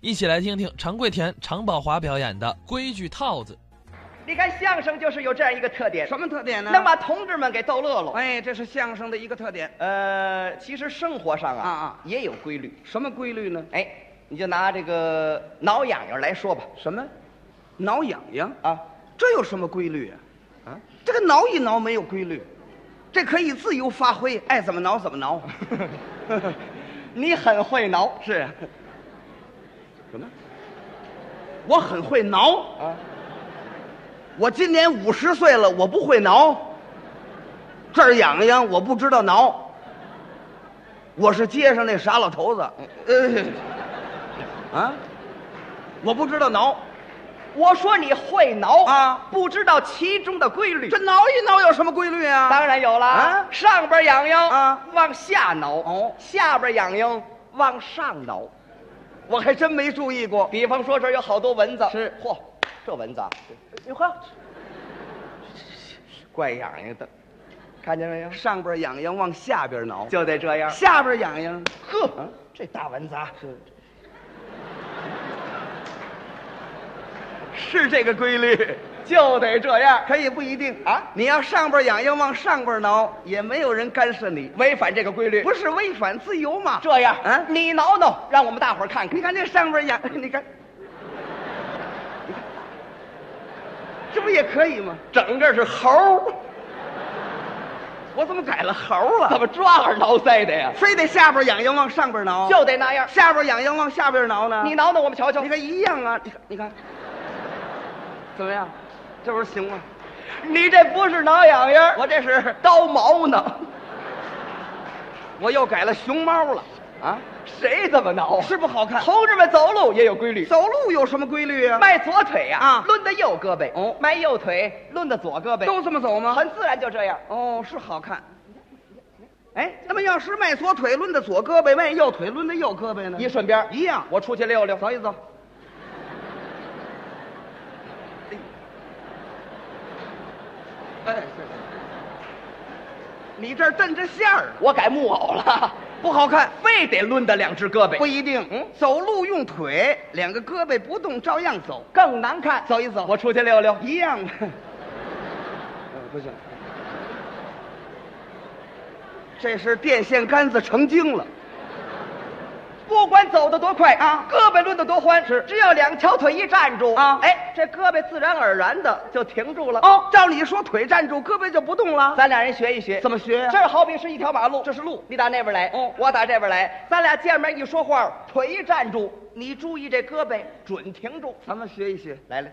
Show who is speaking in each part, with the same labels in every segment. Speaker 1: 一起来听听常贵田、常宝华表演的《规矩套子》。
Speaker 2: 你看相声就是有这样一个特点，
Speaker 3: 什么特点呢？
Speaker 2: 能把同志们给逗乐了。
Speaker 3: 哎，这是相声的一个特点。
Speaker 2: 呃，其实生活上啊
Speaker 3: 啊啊
Speaker 2: 也有规律。
Speaker 3: 什么规律呢？
Speaker 2: 哎，你就拿这个挠痒痒来说吧，
Speaker 3: 什么？挠痒痒？
Speaker 2: 啊，
Speaker 3: 这有什么规律啊？
Speaker 2: 啊
Speaker 3: 啊，这个挠一挠没有规律，这可以自由发挥，爱怎么挠怎么 挠。
Speaker 2: 你很会挠
Speaker 3: 是
Speaker 2: 什么
Speaker 3: 我很会挠，
Speaker 2: 啊？
Speaker 3: 我今年五十岁了，我不会挠。这儿痒痒，我不知道挠。我是街上那傻老头子，呃，啊，我不知道挠，
Speaker 2: 我说你会挠
Speaker 3: 啊
Speaker 2: 不知道其中的规律
Speaker 3: 这。挠一挠有什么规律啊？
Speaker 2: 当然有了，
Speaker 3: 啊
Speaker 2: 上边痒痒
Speaker 3: 啊
Speaker 2: 往下挠，
Speaker 3: 哦
Speaker 2: 下边痒痒往上挠。
Speaker 3: 我还真没注意过。
Speaker 2: 比方说这儿有好多蚊子，
Speaker 3: 是
Speaker 2: 嚯，这蚊子啊，你看，怪痒痒的，看见没有？
Speaker 3: 上边痒痒，往下边挠；
Speaker 2: 就得这样。
Speaker 3: 下边痒痒，
Speaker 2: 呵，
Speaker 3: 嗯
Speaker 2: 这大蚊子啊，是
Speaker 3: 是这个规律。
Speaker 2: 就得这样，
Speaker 3: 可也不一定
Speaker 2: 啊
Speaker 3: 你要上边痒痒，往上边挠，也没有人干涉你，
Speaker 2: 违反这个规律。
Speaker 3: 不是违反自由吗？
Speaker 2: 这样，
Speaker 3: 啊
Speaker 2: 你挠挠，让我们大伙儿看看
Speaker 3: 你。看这上边痒，你看，这不也可以吗？
Speaker 2: 整个是猴儿，
Speaker 3: 我怎么改了猴了？
Speaker 2: 怎么抓耳挠腮的呀？
Speaker 3: 非得下边痒痒往上边挠？
Speaker 2: 就得那样。
Speaker 3: 下边痒痒往下边挠呢？
Speaker 2: 你挠挠我们瞧瞧
Speaker 3: 你，看一样啊！你看，你 看，怎么样？这不是行吗？
Speaker 2: 你这不是挠痒痒，
Speaker 3: 我这是
Speaker 2: 刀毛呢。
Speaker 3: 我又改了熊猫了啊！
Speaker 2: 谁这么挠啊？
Speaker 3: 是不好看。
Speaker 2: 同志们走路也有规律，
Speaker 3: 走路有什么规律啊？
Speaker 2: 迈左腿呀、
Speaker 3: 啊
Speaker 2: 抡的右胳膊；
Speaker 3: 哦
Speaker 2: 迈右腿，抡的左胳膊，
Speaker 3: 都这么走吗？
Speaker 2: 很自然就这样。
Speaker 3: 哦，是好看。哎，那么要是迈左腿抡的左胳膊，迈右腿抡的右胳膊呢？
Speaker 2: 一顺边
Speaker 3: 一样。
Speaker 2: 我出去溜溜，
Speaker 3: 走一走。哎，是你这儿蹬着线儿呢，啊
Speaker 2: 我改木偶了，
Speaker 3: 不好看。
Speaker 2: 非得抡的两只胳膊，
Speaker 3: 不一定，
Speaker 2: 嗯
Speaker 3: 走路用腿，两个胳膊不动照样走，
Speaker 2: 更难看。
Speaker 3: 走一走
Speaker 2: 我出去溜溜，
Speaker 3: 一样 的。不行，这是电线杆子成精了。
Speaker 2: 不管走得多快
Speaker 3: 啊
Speaker 2: 胳膊抡得多欢，
Speaker 3: 是
Speaker 2: 只要两条腿一站住
Speaker 3: 啊
Speaker 2: 哎，这胳膊自然而然的就停住了。
Speaker 3: 哦，照理说腿站住，胳膊就不动了。
Speaker 2: 咱俩人学一学，
Speaker 3: 怎么学呀
Speaker 2: 这儿好比是一条马路，
Speaker 3: 这是路
Speaker 2: 你打那边来，
Speaker 3: 哦
Speaker 2: 我打这边来，咱俩见面一说话，腿一站住，你注意这胳膊准停住。
Speaker 3: 咱们学一学。
Speaker 2: 来来，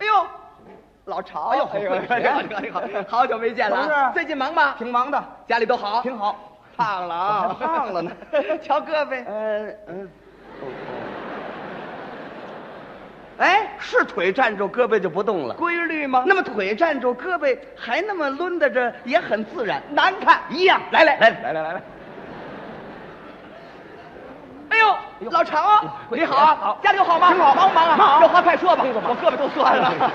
Speaker 2: 哎呦，老常，
Speaker 3: 哎呦
Speaker 2: 哎呦哎呦哎呦哎呦好久没见了
Speaker 3: 同
Speaker 2: 啊，
Speaker 3: 志
Speaker 2: 最近忙吗？
Speaker 3: 挺忙的，
Speaker 2: 家里都好，
Speaker 3: 挺好。
Speaker 2: 胖了啊，
Speaker 3: 我还胖了 呢
Speaker 2: 瞧胳膊，
Speaker 3: 呃嗯。哎，是腿站住，胳膊就不动了。
Speaker 2: 规律吗？
Speaker 3: 那么腿站住，胳膊还那么抡的着，也很自然，
Speaker 2: 难看。
Speaker 3: 一样。
Speaker 2: 来来
Speaker 3: 来来来来来，
Speaker 2: 哎呦，老常啊，
Speaker 3: 哎呦
Speaker 2: 你好啊，
Speaker 3: 好
Speaker 2: 家里有好吗？
Speaker 3: 挺好
Speaker 2: 忙不忙啊？
Speaker 3: 忙
Speaker 2: 有话快说吧，我胳膊都酸了。